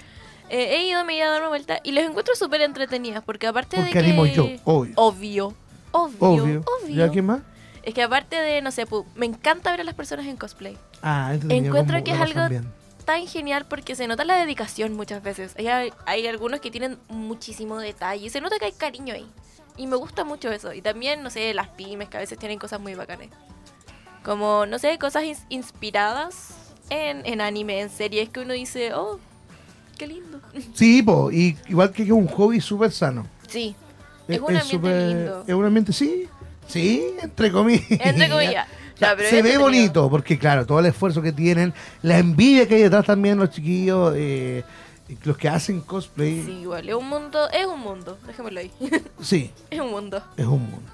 Eh, he ido, me he ido a dar una vuelta y los encuentro súper entretenidas porque aparte Porque de que... animo yo, obvio. Obvio. Obvio. Obvio. obvio. ¿Ya quién más? Es que aparte de, no sé, pu- me encanta ver a las personas en cosplay. Ah, entretenido, Encuentro cómo que la es pasan algo bien. Tan genial porque se nota la dedicación muchas veces. Hay, hay algunos que tienen muchísimo detalle y se nota que hay cariño ahí. Y me gusta mucho eso. Y también, no sé, las pymes que a veces tienen cosas muy bacanes. Como, no sé, cosas ins- inspiradas en, en anime, en series que uno dice, oh, qué lindo. *laughs* Sí, po, y igual que es un hobby súper sano. Sí, Es un ambiente súper- lindo. Es un ambiente, sí. Sí, entre comillas. *laughs* entre comillas. O sea, Ya, pero se es ve entretenido. bonito, porque claro, todo el esfuerzo que tienen, la envidia que hay detrás también los chiquillos, eh, Y Los que hacen cosplay, Sí, sí, igual. Es un mundo, es un mundo, dejémoslo ahí. *laughs* es un mundo. es un mundo.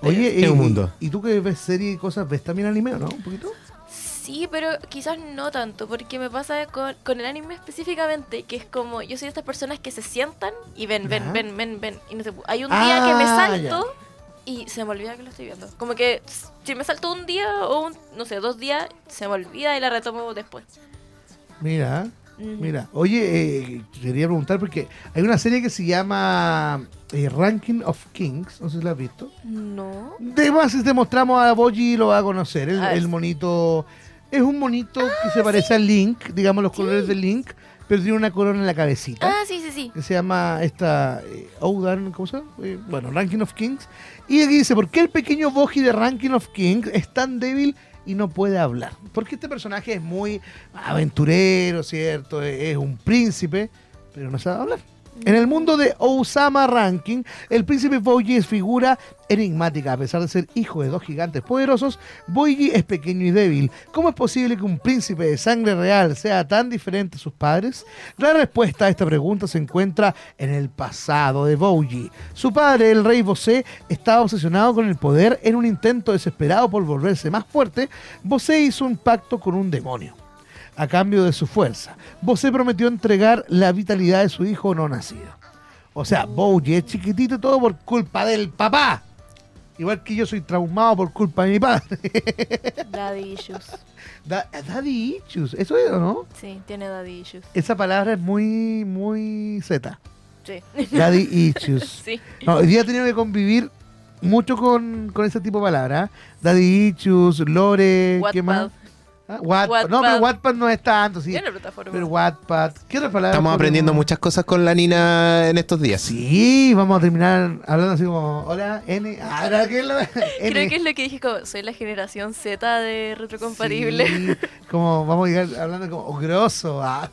Pero- Oye, Es eh, un mundo. ¿Y tú que ves series y cosas, ves también anime o no? ¿Un poquito? Sí, pero quizás no tanto, porque me pasa con, con el anime específicamente, que es como, yo soy de estas personas que se sientan y ven, ven, Ya. ven, ven, ven. Y no se pu- hay un día que me Ah, salto y se me olvida que lo estoy viendo. Como que s- si me salto un día o un, no sé, dos días, se me olvida y la retomo después. Mm, Mira, Ujú. mira. Oye, eh, quería preguntar porque hay una serie que se llama eh, Ranking of Kings, no sé si la has visto. No. De más, si te mostramos a Boji lo va a conocer. El, A ver. el monito. Es un monito Ah, que se parece al Link, digamos los colores del Link, pero tiene una corona en la cabecita. Ah, sí, sí, *laughs* sí. Que se llama esta. eh, Oudan, ¿cómo se llama? Eh, bueno, Ranking of Kings. Y dice: ¿Por qué el pequeño Boji de Ranking of Kings es tan débil y no puede hablar? Porque este personaje es muy aventurero, ¿cierto? Es, es un príncipe, pero no sabe hablar. En el mundo de Osama Ranking, el príncipe Boji es figura enigmática. A pesar de ser hijo de dos gigantes poderosos, Boji es pequeño y débil. ¿Cómo es posible que un príncipe de sangre real sea tan diferente a sus padres? La respuesta a esta pregunta se encuentra en el pasado de Boji. Su padre, el rey Bosé, estaba obsesionado con el poder en un intento desesperado por volverse más fuerte. Bosé hizo un pacto con un demonio a cambio de su fuerza. Bosé prometió entregar la vitalidad de su hijo no nacido. O sea, Bowie es chiquitito y todo por culpa del papá. Igual que yo soy traumado por culpa de mi padre. *laughs* Daddy issues. Da- Daddy issues, eso era, ¿no? Sí, tiene daddy issues. Esa palabra es muy, muy Z. Sí. *laughs* Daddy issues. sí. No, hoy día he tenido que convivir mucho con, con ese tipo de palabras. ¿eh? Daddy issues, lore, ¿qué Wattpad. más? Ah, Watt- Wattpad. No, pero Wattpad no es tanto, sí. Tiene plataforma. Pero Wattpad, ¿qué otras palabras? Estamos podemos- aprendiendo muchas cosas con la Nina en estos días. Sí, vamos a terminar hablando así como, hola, N, Ah, ahora que lo... *laughs* Creo que es lo que dije, como, soy la generación Z de retrocompatible. Sí, como vamos a llegar hablando como oh, grosso, ah, *laughs*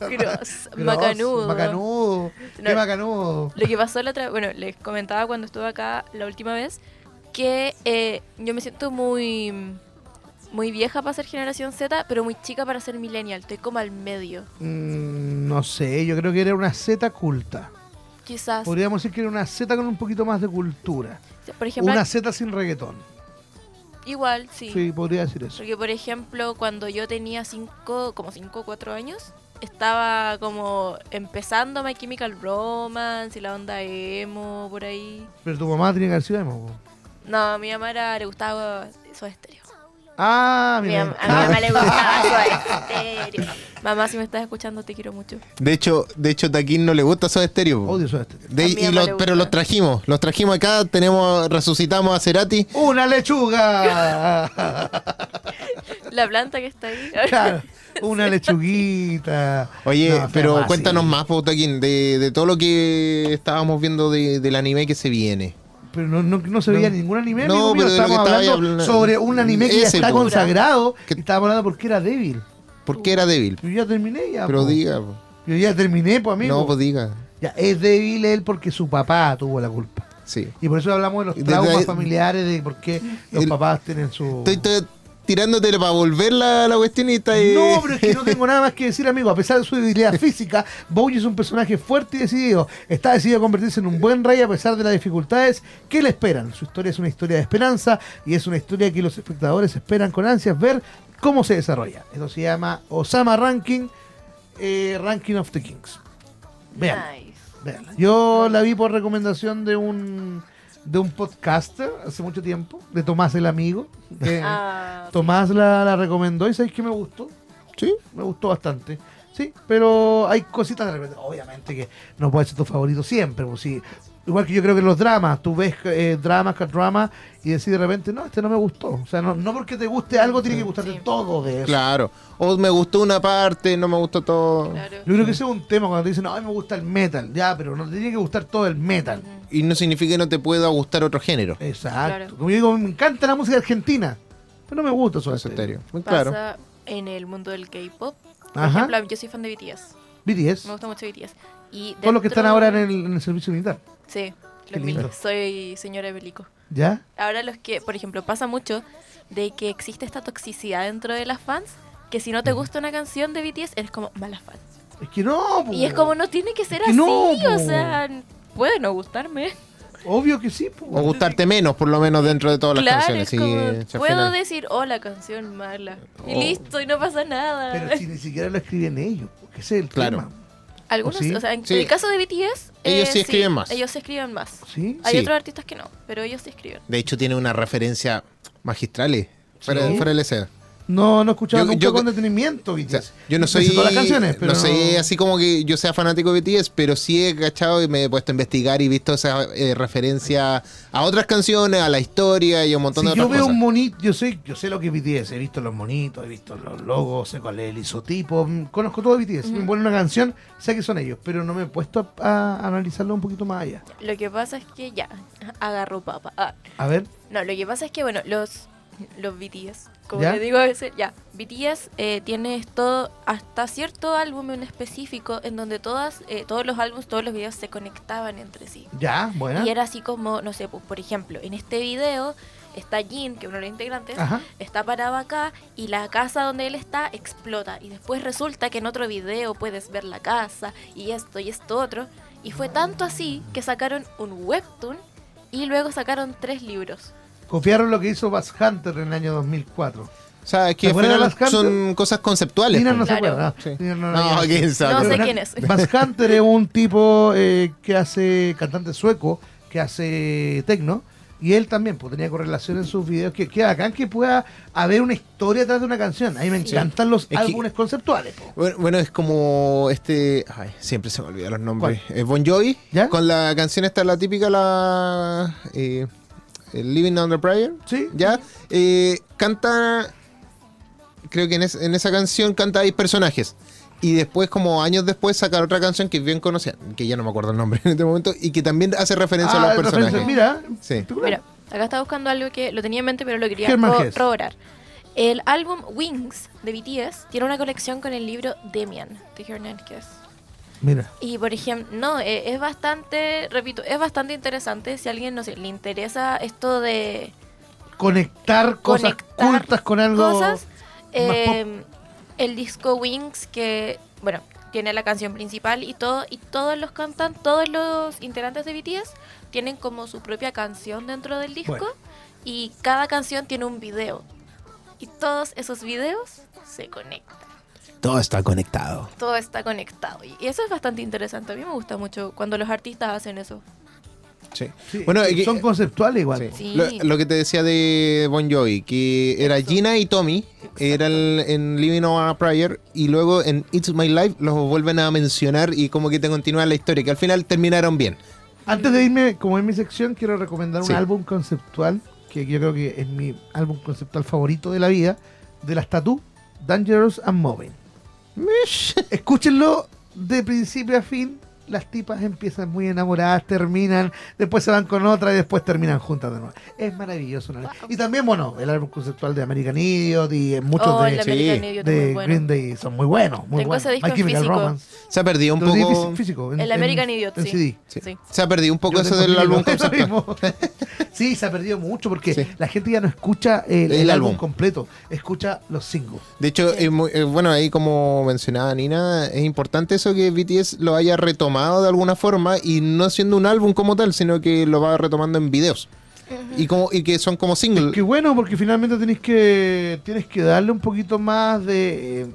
grosso, Gross, macanudo. macanudo, qué No. macanudo. Lo que pasó la otra bueno, les comentaba cuando estuve acá la última vez, que eh, yo me siento muy, muy vieja para ser generación Z, pero muy chica para ser millennial. Estoy como al medio, Mm, no sé, yo creo que era una Z culta. Ah, quizás. Por, Podríamos decir que era una Z con un poquito más de cultura. ejemplo, Una Z sin reggaetón. igual, sí. Sí. podría decir eso. Porque, por ejemplo, cuando yo tenía cinco, como 5 o 4 años, estaba como empezando My Chemical Romance y la onda emo por ahí. Pero tu mamá tenía que haber sido emo, po. No, mi mamá era- le gustaba esos estéreos. Ah, Mi mira. am- a mi mamá le *laughs* gustaba Soda Stereo. Mamá, si me estás escuchando, te quiero mucho. De hecho, de hecho Taquín no le gusta Soda Stereo. po. Odio eso este. De- A mi y mamá los- le gusta. pero los trajimos, los trajimos acá, tenemos, resucitamos a Cerati. ¡Una *laughs* lechuga! La planta que está ahí. Claro, una lechuguita. Oye, No, pero fue más, cuéntanos sí. más, po, Taquín, de, de todo lo que estábamos viendo de- del anime que se viene. Pero no, no, no se veía ningún anime. No, No, pero de lo que estábamos estaba ahí hablando hablan- sobre un anime que ya Ese, está po. consagrado. Que- Y estábamos hablando porque era débil. ¿Por qué era débil? Yo ya terminé ya. Pero po. diga, po. Yo ya terminé, pues amigo. no, pues diga. Ya, es débil él porque su papá tuvo la culpa. Sí. Y por eso hablamos de los De- traumas de- familiares, de por qué los El- papás tienen su. Estoy, estoy tirándote para volver la, la cuestión y está ahí. No, pero es que no tengo nada más que decir, amigo. A pesar de su debilidad física, Bowie es un personaje fuerte y decidido. Está decidido a convertirse en un buen rey a pesar de las dificultades que le esperan. Su historia es una historia de esperanza y es una historia que los espectadores esperan con ansias ver cómo se desarrolla. Esto se llama Osama Ranking, eh, Ranking of the Kings. Vean. Nice. Véanla. Yo la vi por recomendación de un de un podcaster hace mucho tiempo, de Tomás el Amigo. que Ah, Tomás la, la recomendó y sabéis que me gustó. Sí. Me gustó bastante. Sí, pero hay cositas de repente. Obviamente que no puede ser tu favorito siempre. pues sí. Igual que yo creo que los dramas, tú ves eh, dramas, que dramas y decís de repente, no, este no me gustó. O sea, no, no porque te guste algo, tiene que gustarte Sí. todo de eso. Claro. O me gustó una parte, no me gustó todo. claro. Yo creo que ese es un tema cuando te dicen, no, a mí me gusta el metal. Ya, pero no te tiene que gustar todo el metal. Y no significa que no te pueda gustar otro género. Exacto. Claro. Como yo digo, me encanta la música argentina, pero no me gusta su Eso es serio. Muy Pasa claro. en el mundo del K-pop. Por Ajá. ejemplo, yo soy fan de BTS. BTS, Me gusta mucho BTS. Y todos los que dentro- están ahora en el, en el servicio militar, Sí, Qué los lindo. mil- soy señora de Belico. ¿ya? Ahora los que, por ejemplo, pasa mucho de que existe esta toxicidad dentro de las fans, que si no te gusta una canción de BTS, eres como mala fan. Es que no, po. Y es como, no tiene que ser Que así, no, po. o sea, puede no gustarme. Obvio que sí, po. O gustarte menos, por lo menos dentro de todas las claro, canciones. es sí, como, eh, si al puedo final- decir, oh, la canción mala. Y Oh. listo, y no pasa nada. Pero si ni siquiera lo escriben ellos, porque ese es el Claro. tema. Algunos, ¿O sí? o sea, en Sí. el caso de BTS... Ellos sí escriben más. eh, Ellos sí escriben más. ¿Sí? Hay Sí. otros artistas que no, pero ellos sí escriben. De hecho, tiene una referencia magistral. eh, Fuera, Sí. fuera del escenario. No, no he escuchado Yo- nunca yo- con detenimiento, ¿viste? O sea, yo no soy. Sé todas las canciones, pero No sé, así como que yo sea fanático de BTS, pero sí he cachado y me he puesto a investigar y visto esa eh, referencia a otras canciones, a la historia y a un montón Si de yo otras veo cosas. un monito, yo sé, yo sé lo que es BTS, he visto los monitos, he visto los logos, sé cuál es el isotipo, mm, conozco todo de BTS, me ponen una canción, sé que son ellos, pero no me he puesto a, a analizarlo un poquito más allá. Lo que pasa es que ya, agarro papa. Ah, A ver, No, lo que pasa es que, bueno, los, los BTS, como ¿Ya? le digo a veces, ya, BTS eh, tiene todo, hasta cierto álbum en específico, en donde todas, eh, todos los álbumes, todos los videos se conectaban entre sí. ya, buena. Y era así como, no sé, pues, por ejemplo, en este video está Jin, que es uno de los integrantes, Ajá. está parado acá y la casa donde él está explota. Y después resulta que en otro video puedes ver la casa y esto y esto otro. Y fue tanto así que sacaron un webtoon y luego sacaron tres libros. Copiaron lo que hizo Bass Hunter en el año 2004. O sea, es que ¿Te fueron- acuerdas de las canciones? son cosas conceptuales. Nina pues. no se Claro. acuerda. Sí. Nina no, No, ya. quién sabe. No sé Pero quién es. Max Hunter es un tipo eh, que hace cantante sueco, que hace tecno. Y él también, pues tenía correlación en sus videos. Que, que bacán que pueda haber una historia detrás de una canción. A mí me Sí. encantan los Es que- álbumes conceptuales. po. Bueno, bueno, es como este. Ay, siempre se me olvidan los nombres. Eh, bon Jovi. ¿Ya? Con la canción esta, la típica, la. eh, el Living Under Prayer. Sí. ¿Ya? Eh, canta. Creo que en, es- en esa canción canta hay personajes. Y después, como años después, sacar otra canción que es bien conocida, que ya no me acuerdo el nombre en este momento, y que también hace referencia a Ah, los referencia, personajes. Mira, Sí. espectacular. Mira, acá estaba buscando algo que lo tenía en mente, pero lo quería Germán co- Hess. corroborar. El álbum Wings de BTS tiene una colección con el libro Demian de Hernan Hesse. mira. Y por ejemplo, no, eh, es bastante, repito, es bastante interesante si a alguien no sé, le interesa esto de Conectar cosas Conectar cultas con algo. cosas. eh, el disco Wings, que, bueno, tiene la canción principal y todo, y todos los cantan, todos los integrantes de BTS tienen como su propia canción dentro del disco, Bueno. y cada canción tiene un video. Y todos esos videos se conectan. Todo está conectado. Todo está conectado. Y y eso es bastante interesante. A mí me gusta mucho cuando los artistas hacen eso. Sí. Sí, Bueno, eh, son eh, conceptuales igual. Sí. Sí. Lo, lo que te decía de Bon Jovi, que era Gina y Tommy, era el- en Living on a Prayer, y luego en It's My Life los vuelven a mencionar y como que te continúan la historia, que al final terminaron bien. Antes de irme, como en mi sección, quiero recomendar Sí. un álbum conceptual que yo creo que es mi álbum conceptual favorito de la vida, de las Tattoo, Dangerous and Moving. Escúchenlo de principio a fin. Las tipas empiezan muy enamoradas, terminan, después se van con otra y después terminan juntas de nuevo. Es maravilloso. ¿no? Y también, bueno, el álbum conceptual de American Idiot y eh, muchos oh, el de, American sí, Idiot es muy de bueno. Green Day son muy buenos. Muy Tengo buenos. ese disco My en Chemical físico. Romance. Se ha perdido un Lo di fisi- poco. físico, en- El en- American Idiot, en sí. CD. Sí. Sí. Se ha perdido un poco Yo eso tengo del mi *laughs* álbum libro, eso conceptual. mismo. sí, se ha perdido mucho porque Sí. la gente ya no escucha el, El el álbum. álbum. completo, escucha los singles. De hecho, Sí. es muy- eh, bueno, ahí como mencionaba Nina, es importante eso que BTS lo haya retomado de alguna forma y no siendo un álbum como tal, sino que lo va retomando en videos. Y, como, y que son como singles. Qué bueno porque finalmente tenés que tienes que darle un poquito más de eh,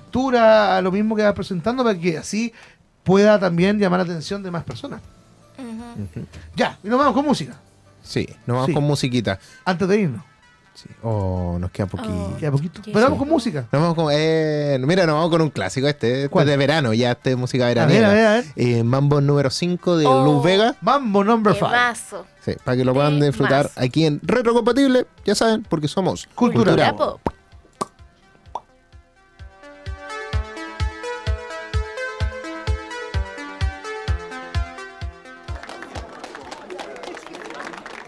cultura a lo mismo que vas presentando para que así pueda también llamar la atención de más personas. Ujú. Ya, y nos vamos con música. Sí, nos vamos Sí. con musiquita. Antes de irnos, Sí. Oh, nos queda poquito. Oh. queda poquito. ¿Qué? Pero vamos Sí. con música. Nos vamos con. eh, mira, nos vamos con un clásico este. este ¿Cuál? de verano, ya este es música A ver, a ver, veraniega. a ver. Eh, Mambo número 5 de Oh. Luz Vega. Mambo number Qué 5. mazo. Sí, para que lo puedan Temazo. disfrutar aquí en Retrocompatible, ya saben, porque somos Cultura. Cultura. Cultura pop.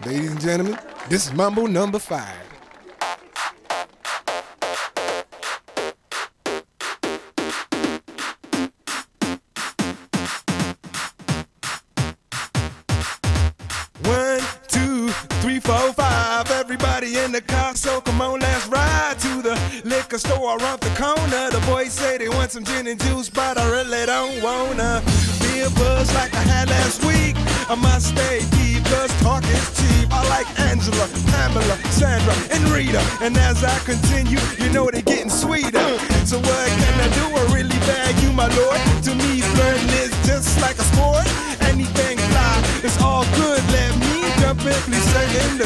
Ladies and gentlemen, this is Mumble number five. One, two, three, four, five. Everybody in the car, so come on, let's ride to the Liquor store around the corner. The boys say they want some gin and juice, but I really don't wanna. Be a buzz like I had last week. I must stay deep, cause talk is cheap. I like Angela, Pamela, Sandra, and Rita. And as I continue, you know they're getting sweeter. So what can I do? I really bag you, my lord. To me, flirting is just like a sport. Anything fly, it's all good. Let me jump in, please sing in the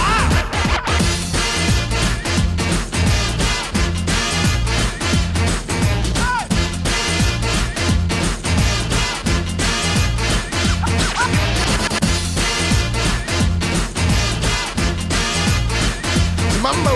Mambo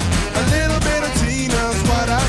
A little bit of Tina's what I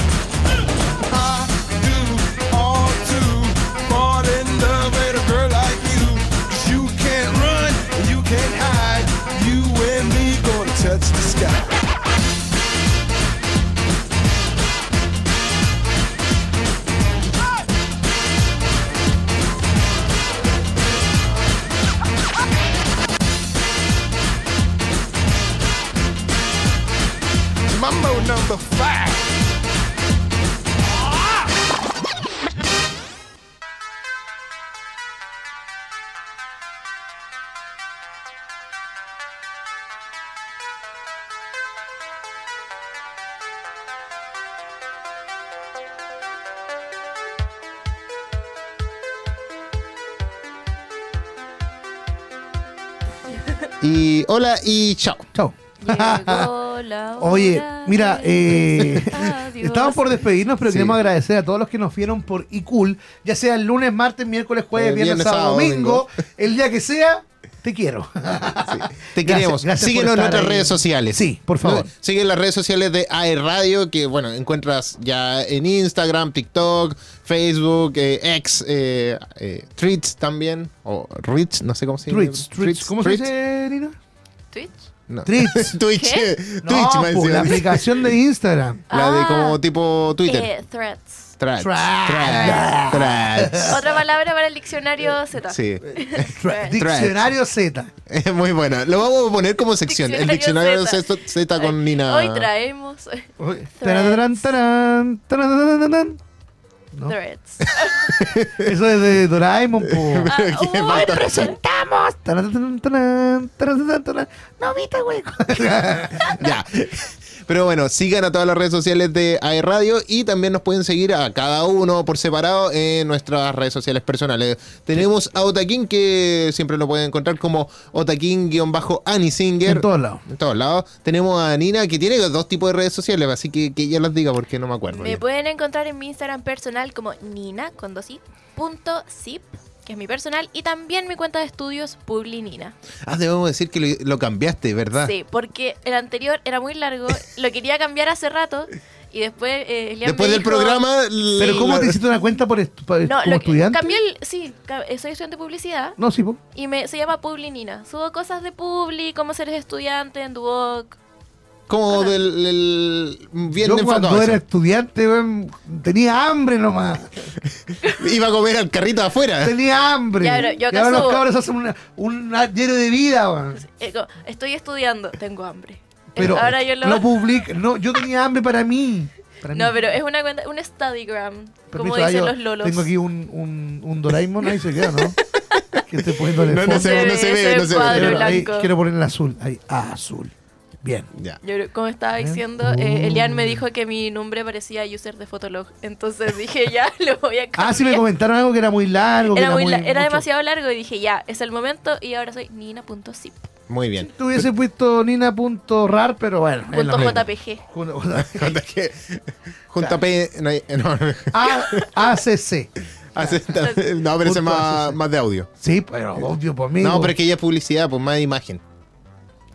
I do all too fall in love with a girl like you. 'Cause you can't run, and you can't hide. You and me gonna touch the sky. Mambo number five. Y hola y chao. Chao. *laughs* Llegó la Oye, hora mira, de- eh, *laughs* Adiós. estamos por despedirnos, pero Sí. queremos agradecer a todos los que nos vieron por iCool, ya sea el lunes, martes, miércoles, jueves, Eh, viernes, viernes, sábado, sábado, domingo, el día que sea, te quiero. *laughs* Te Gracias, queremos. gracias por Síguenos en estar nuestras ahí. redes sociales. Sí, por favor. No, Sigue las redes sociales de AE Radio, que bueno, encuentras ya en Instagram, TikTok, Facebook, eh, X, eh, eh, Tweets también, o Reach, no sé *laughs* cómo se llama. Tweets, tweets. ¿Cómo se Tweets. dice, Nina? Twitch. No. Tweets. *laughs* Twitch, ¿Qué? eh, No, Twitch, me po, la decían. aplicación *laughs* de Instagram. La de Ah. como tipo Twitter. Eh, threads. Threads. Threads. Threads. Threads. Otra palabra para el diccionario Z. Eh, Sí, *laughs* Threads. Diccionario Z. es muy buena. Lo vamos a poner como sección. El Diccionario diccionario Z, Z con Nina. Eh, Hoy traemos Tarararán, tarán, tarararán. No, *laughs* threads. *laughs* Eso es de Doraemon, po. *laughs* Ah, uy, resultamos ¡Vamos! Tarán, tarán, tarán, tarán, tarán, tarán. ¡No viste, güey! *laughs* Ya. Pero bueno, sigan a todas las redes sociales de AE Radio y también nos pueden seguir a cada uno por separado en nuestras redes sociales personales. Tenemos a Otaquín, que siempre lo pueden encontrar como Otaquín-Anisinger. *laughs* En todos lados. En todos lados. Tenemos a Nina, que tiene dos tipos de redes sociales, así que que ella las diga porque no me acuerdo. Me bien. pueden encontrar en mi Instagram personal como nina, con dos i, punto zip, que es mi personal, y también mi cuenta de estudios Publinina. Ah, debemos decir que lo, lo cambiaste, ¿verdad? Sí, porque el anterior era *laughs* muy largo, lo quería cambiar hace rato, y después eh, Elian Después me del dijo- programa... ¿Pero la- cómo te hiciste una cuenta por estu- por- No, como lo que, estudiante? cambió el... Sí, ca- eh, soy estudiante de publicidad, No, sí, po. y me, se llama Publinina. Subo cosas de Publi, cómo ser estudiante en Duoc. Como del... del- bien Yo enfocado cuando era eso. estudiante, güey, tenía *laughs* hambre nomás. Iba a comer al carrito afuera. *laughs* Tenía hambre. Ya, pero yo y acá ahora los subo. cabros hacen una- un diario de vida, güey. Eh, co- Estoy estudiando, tengo hambre. Eh, Pero Ahora yo lo... no publica. No, yo tenía hambre para mí. Para No, mí. pero es una cuenta, un studygram, como Permiso, ah, dicen yo los lolos. Tengo aquí un, un, un Doraemon, ahí se queda, *laughs* ¿no? que estoy poniendo No, no fondo. se, no se Se ve ve, ese no se cuadro ve. Quiero- ahí blanco. quiero poner el azul. Ahí, ah, azul. Bien. Ya. Yo creo- como estaba diciendo, Uh. eh, Elian me dijo que mi nombre parecía user de Fotolog, entonces dije ya, *laughs* lo voy a cambiar. Ah, sí me comentaron algo que era muy largo. que Era, muy la- era mucho. demasiado largo y dije ya, es el momento y ahora soy nina.zip. Muy bien. Tú hubiese puesto nina.rar, pero bueno. es lo Punto mismo. JPG. Junto- Junta que- Junta P. No, hay- no, A- ACC. hace- no, pero ese es más, más de audio. Sí, pero obvio pues, por mí. No, pero es que ella es publicidad, pues más de imagen.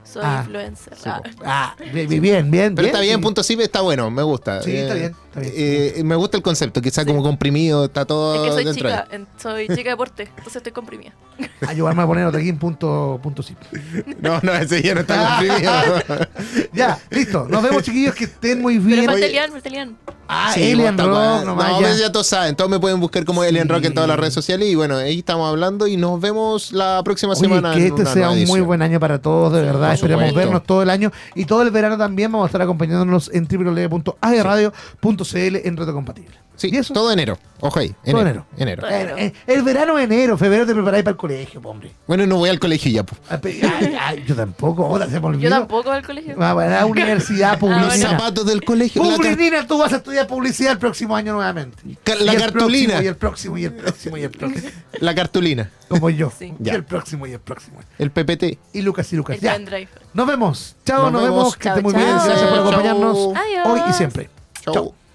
Soy Ah, influencer. Ah. Ah, bien, bien, bien. Pero está bien, punto CIP está bueno, me gusta. Sí, está bien, está bien. eh, me gusta el concepto, quizá como comprimido, está todo Es que soy dentro. chica, en- soy chica de deporte, entonces estoy comprimida. Ayudarme Ah, a poner Otaquín punto, punto sí. ahí. No, no, ese ya no *laughs* Ah, está comprimido. Ya, listo. Nos vemos, chiquillos. Que estén muy bien. Pero falta Oye. Elian, falta Elian. Ah, Sí, Alien basta, Rock, weón. nomás, No, ya. pues ya todos saben, todos me pueden buscar como Elian Rock en todas las redes sociales y bueno, ahí estamos hablando y nos vemos la próxima Oye, semana. que en este una sea nueva un muy edición. buen año para todos, de verdad. por Esperemos supuesto. vernos todo el año y todo el verano también. Vamos a estar acompañándonos en www.agradio.cl en Reto Compatible. Sí, ¿Y eso? todo enero. Ojo ahí, Todo enero. enero. Eh, eh, el verano, enero, febrero te preparáis para el colegio, po, hombre. Bueno, no voy al colegio ya, pues. Ah, *laughs* pe- ay, ay, yo tampoco, ahora se me olvidó. Yo tampoco Ah, al colegio. Va a la *laughs* universidad Los publicina. zapatos del colegio. La, car- Publicina, tú vas a estudiar publicidad el próximo año nuevamente. Ca- la Y el cartulina. próximo, Y el próximo, y el próximo, y *laughs* el próximo. la cartulina. Como yo. Sí. Y Ya. el próximo, y el próximo. El PPT. Y Lucas, y Lucas. El Ya. pendrive. Nos vemos. Chao, nos, Nos vemos. vemos. Que esté Chao, muy bien. chao. Gracias por Chao. acompañarnos Adiós. hoy y siempre. Chau.